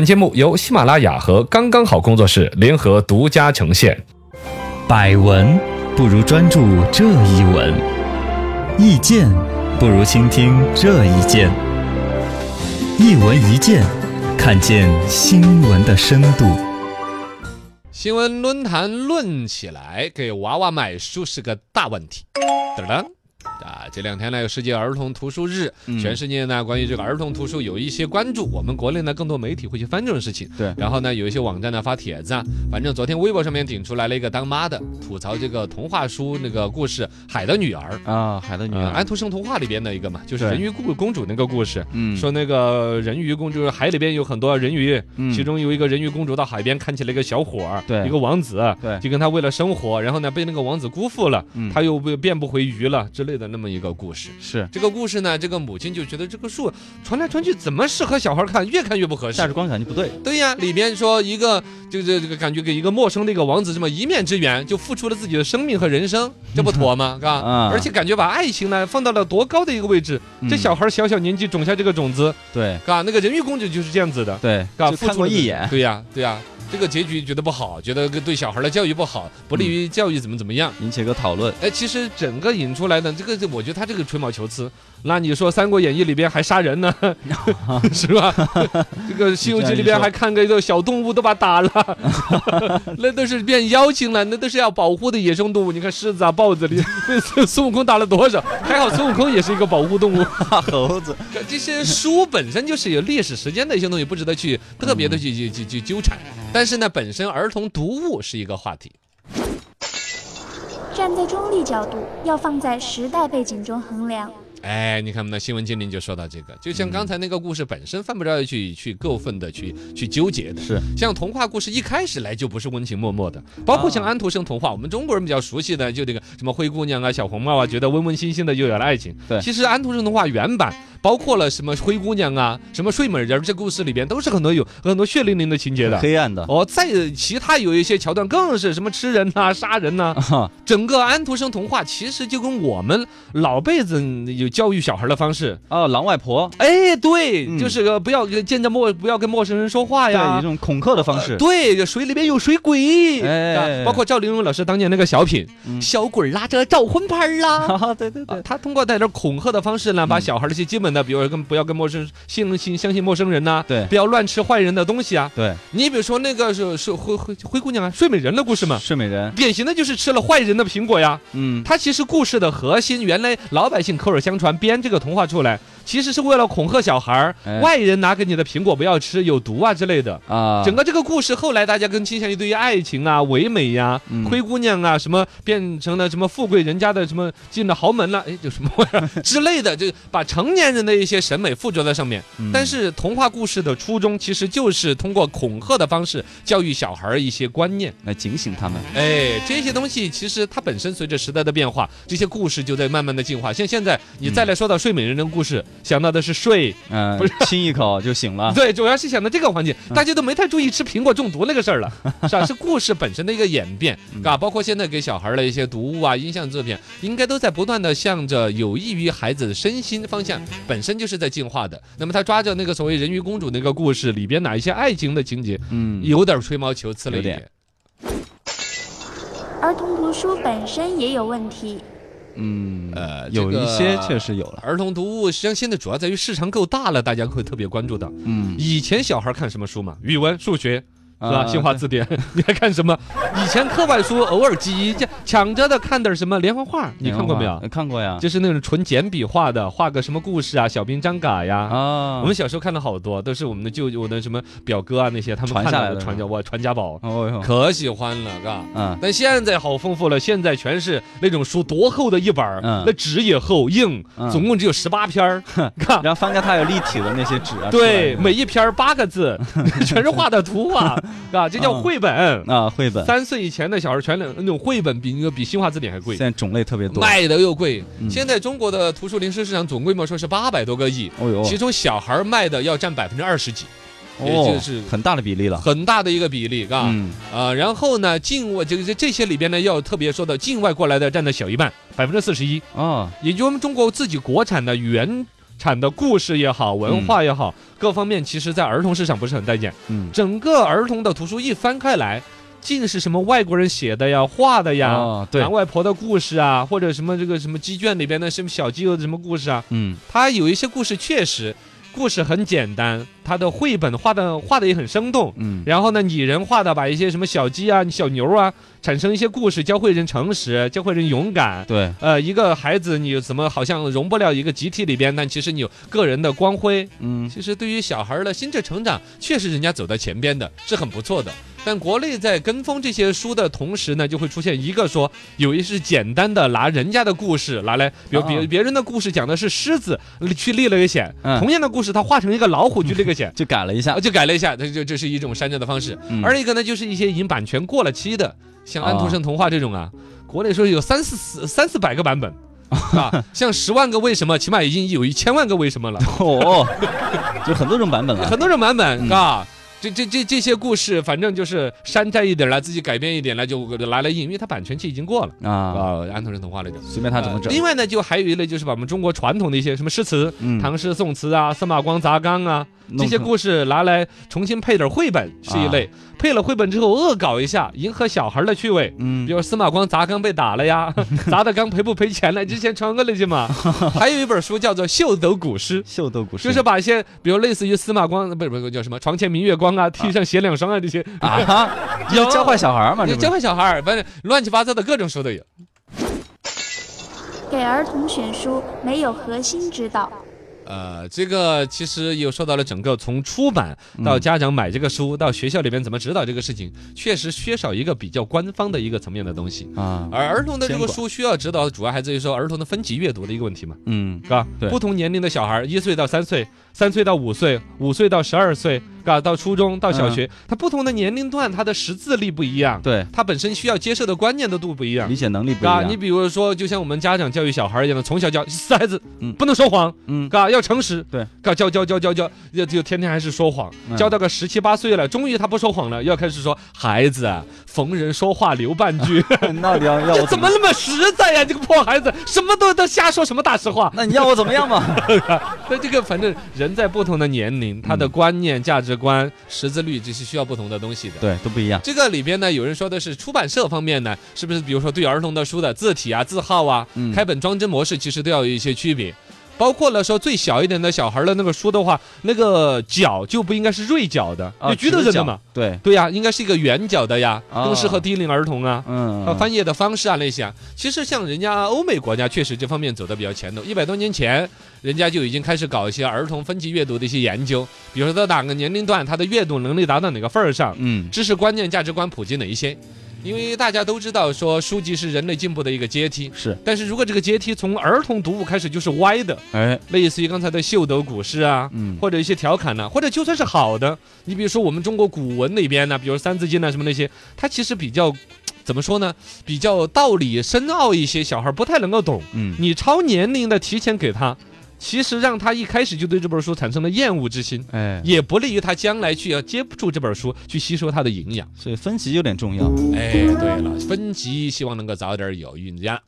本节目由喜马拉雅和刚刚好工作室联合独家呈现。百闻不如专注这一闻，意见不如倾听这一见。一闻一见，看见新闻的深度。新闻论坛论起来，给娃娃买书是个大问题。噔噔。啊，这两天呢有世界儿童图书日，全世界呢关于这个儿童图书有一些关注。我们国内呢更多媒体会去翻这种事情，对然后呢有一些网站呢发帖子啊，反正昨天微博上面顶出来了一个当妈的吐槽这个童话书那个故事《海的女儿》。啊，海的女呃，嗯儿，安徒生童话里边的一个嘛，就是对人鱼故公主那个故事，嗯说那个人鱼公主海里边有很多人鱼，嗯其中有一个人鱼公主到海边看起了一个小伙儿，对一个王子，对就跟她为了生活，然后呢被那个王子辜负了，嗯她又被变不回鱼了之类的那么一个故事。是这个故事呢，这个母亲就觉得这个树传来传去怎么适合小孩看，越看越不合价值适。观感啊就不对，对呀，里面说一个就是这个感觉给一个陌生的一个王子这么一面之缘，就付出了自己的生命和人生，嗯这不妥吗？嘎、啊而且感觉把爱情呢放到了多高的一个位置，这嗯小孩小小年纪种下这个种子，对嘎，那个人鱼公主就是这样子的，对，嘎，就付看出过了一眼，对呀，对呀，这个结局觉得不好，觉得对小孩的教育不好，不利嗯于教育怎么怎么样。引起一个讨论，哎，其实整个引出来的这个，我觉得他这个吹毛求疵。那你说《三国演义》里边还杀人呢，是吧？这个《西游记》里边还看个一个小动物都把打了，那都是变妖精了，那都是要保护的野生动物。你看狮子啊、豹子里， 被孙悟空打了多少？还好孙悟空也是一个保护动物。大猴子，这这些书本身就是有历史时间的一些东西，不值得去特别的去去去去纠缠。但是呢，本身儿童读物是一个话题。站在中立角度，要放在时代背景中衡量。哎，你看我们的新闻精灵就说到这个，就像刚才那个故事本身犯不着要去去过分的去去纠结的，是像童话故事一开始来就不是温情脉脉的，包括像安徒生童话，我们中国人比较熟悉的就这个什么灰姑娘啊、小红帽啊，觉得温温馨馨的就有了爱情。对其实安徒生童话原版包括了什么灰姑娘啊、什么睡美人儿这故事里边都是很多有很多血淋淋的情节的。黑暗的，哦，再其他有一些桥段更是什么吃人呐、杀人呐、哈整个安徒生童话其实就跟我们老辈子有教育小孩的方式，哦，狼外婆，哎，对，嗯就是个不要跟见着陌不要跟陌生人说话对，一呀。种恐吓的方式，对，水里边有水鬼，哎啊包括赵玲珑老师当年那个小品，嗯小鬼拉着赵魂拍儿啦，哈，对 对啊对，他通过带点恐吓的方式呢，把嗯小孩儿一些基本的，比如说跟不要跟陌生信信相信陌生人呐、对不要乱吃坏人的东西啊。对，你比如说那个是是灰灰灰姑娘啊，睡美人的故事嘛，睡美人，典型的就是吃了坏人的苹果呀。嗯，它其实故事的核心，原来老百姓口耳相传编这个童话出来，其实是为了恐吓小孩儿，哎外人拿给你的苹果不要吃，有毒啊之类的。啊，整个这个故事后来大家更倾向于对于爱情啊、唯美呀、嗯灰姑娘啊，什么变成了什么富贵人家的什么进了豪门了，哎，就什么玩意儿之类的，就把成年人的一些审美附着在上面。嗯但是童话故事的初衷其实就是通过恐吓的方式教育小孩儿一些观念。来警醒他们，哎，这些东西其实它本身随着时代的变化，这些故事就在慢慢的进化。像现在你再来说到睡美人的故事，想到的是睡，嗯不是，亲一口就醒了，对，主要是想到这个环节，嗯大家都没太注意吃苹果中毒那个事儿 了，是吧？是故事本身的一个演变，嗯啊，包括现在给小孩儿的一些读物啊、音像作品，应该都在不断的向着有益于孩子身心方向，本身就是在进化的。那么他抓着那个所谓人鱼公主那个故事里边哪一些爱情的情节，嗯，有点吹毛求疵了有一点点。儿童图书本身也有问题。嗯，呃有这个一些确实有了，儿童读物实际上现在主要在于市场够大了，大家会特别关注到。嗯，以前小孩看什么书嘛？语文、数学是吧？啊新华字典， 你还看什么？以前课外书偶尔挤一下，抢着的看点什么连环画，你看过没有呃？看过呀，就是那种纯简笔画的，画个什么故事啊，小兵张嘎呀。啊，我们小时候看了好多，都是我们的舅舅、我的什么表哥啊那些，他们传看下了来的传是家吧我传家宝，哦哟，可喜欢了，嘎。嗯，但现在好丰富了，现在全是那种书，多厚的一本儿，嗯那纸也厚硬，嗯总共只有十八篇儿， 看。然后翻开它有立体的那些纸啊，对，出来每一篇儿八个 字，全是画的图画，啊，这叫嗯绘本。的啊绘本，三岁以前的小孩儿全能那种绘本比那个比新华字典还贵现，在种类特别多，卖的又贵。嗯现在中国的图书零售市场总规模说是八百多个亿，哦哟，其中小孩儿卖的要占百分之二十几，也哦就是很大的比例了，很大的一个比例，啊。啊嗯，啊，然后呢，境外这这这些里边呢，要特别说的，境外过来的占的小一半，百分之四十一，哦，也就我们中国自己国产的原产的故事也好，文化也好，各方面，其实在儿童市场不是很待见。嗯，整个儿童的图书一翻开来，尽是什么外国人写的呀、画的呀。哦，对南，外婆的故事啊，或者什么这个什么鸡圈里边的什么小鸡有什么故事啊，嗯，它有一些故事确实故事很简单，它的绘本画的画的也很生动，嗯，然后呢拟人化的把一些什么小鸡啊、小牛啊产生一些故事，教会人诚实，教会人勇敢。对，呃，一个孩子你怎么好像融不了一个集体里边，但其实你有个人的光辉。嗯，其实对于小孩儿的心智成长，确实人家走在前边的是很不错的。但国内在跟风这些书的同时呢，就会出现一个说，有一是简单的拿人家的故事拿来，比如啊别别人的故事讲的是狮子去历了个险，嗯，同样的故事他画成一个老虎去历个险嗯就改了一下啊，就改了一下，这就这是一种删掉的方式。嗯而一个呢，就是一些已经版权过了期的，像安徒生童话这种啊，国内说有三四四三四百个版 本。啊，像十万个为什么，起码已经有一千万个为什么了。 哦，就很多种版本了， 很多种版本，嗯嘎、这这这这些故事，反正就是山寨一点啦，自己改编一点啦，就拿来印，因为它版权期已经过了啊，啊、安徒生童话那种。随便他怎么整呃，另外呢，就还有一类就是把我们中国传统的一些什么诗词、嗯唐诗、宋词啊、司马光砸缸啊这弄些成啊故事拿来重新配点绘本是一类，配了绘本之后恶搞一下，迎合小孩的趣味。嗯比，如司马光砸缸被打了 呀，砸的缸赔不赔钱了？之前传过那些嘛。还有一本书叫做《秀逗古诗》，秀逗故事就是把一些比如类似于司马光，不是不是叫什么“床前明月光”啊，“地上写两双啊”这些，啊哈，要教坏小孩儿嘛，啊这就不教坏小孩儿，反正乱七八糟的各种书都有。给儿童选书没有核心指导，呃，这个其实又说到了整个从出版到嗯家长买这个书，到学校里边怎么指导这个事情，确实缺少一个比较官方的一个层面的东西。啊，而儿童的这个监管书需要指导，主要还在于说儿童的分级阅读的一个问题嘛，嗯，嘎，对不同年龄的小孩儿，一岁到三岁，三岁到五岁，五岁到十二岁，嘎，到初中到小嗯学，他不同的年龄段，他的识字力不一样，对，他本身需要接受的观念的度不一样理。解能力不一嘎，啊你样，比如说，就像我们家长教育小孩一样的，从小教死孩子，嗯不能说谎，嗯，嘎，要诚实，对，嘎，教教教教教，就就天天还是说谎，嗯教到个十七八岁了，终于他不说谎了，要开始说孩子啊，逢人说话留半句， 那你要要这我怎 么？那么实在呀、这个破孩子，什么都都瞎说，什么大实话。 那你要我怎么样 嘛？那这个反正人在不同的年龄，他的观念、价值观、识字率，这是需要不同的东西的。对，都不一样，这个里边呢，有人说的是出版社方面呢，是不是比如说对儿童的书的字体啊、字号啊、嗯开本装帧模式，其实都要有一些区别。包括了说最小一点的小孩的那个书的话，那个角就不应该是锐角的，啊就橘子直人的角嘛，对，对呀、应该是一个圆角的呀，啊更适合低龄儿童啊。嗯啊，，翻页的方式啊，那些啊，其实像人家欧美国家确实这方面走的比较前头，一百多年前，人家就已经开始搞一些儿童分级阅读的一些研究，比如说到哪个年龄段，他的阅读能力达到哪个份儿上，嗯，知识观念、价值观普及哪一些？因为大家都知道，说书籍是人类进步的一个阶梯。是，但是如果这个阶梯从儿童读物开始就是歪的，哎，类似于刚才的秀逗古诗啊，嗯，或者一些调侃呐、或者就算是好的，你比如说我们中国古文那边呢、比如《三字经》啊什么那些，它其实比较怎么说呢？比较道理深奥一些，小孩不太能够懂。嗯，你超年龄的提前给他，其实让他一开始就对这本书产生了厌恶之心，哎，也不利于他将来去要接触这本书，去吸收它的营养。所以分级有点重要。哎，对了，分级希望能够早点有，人家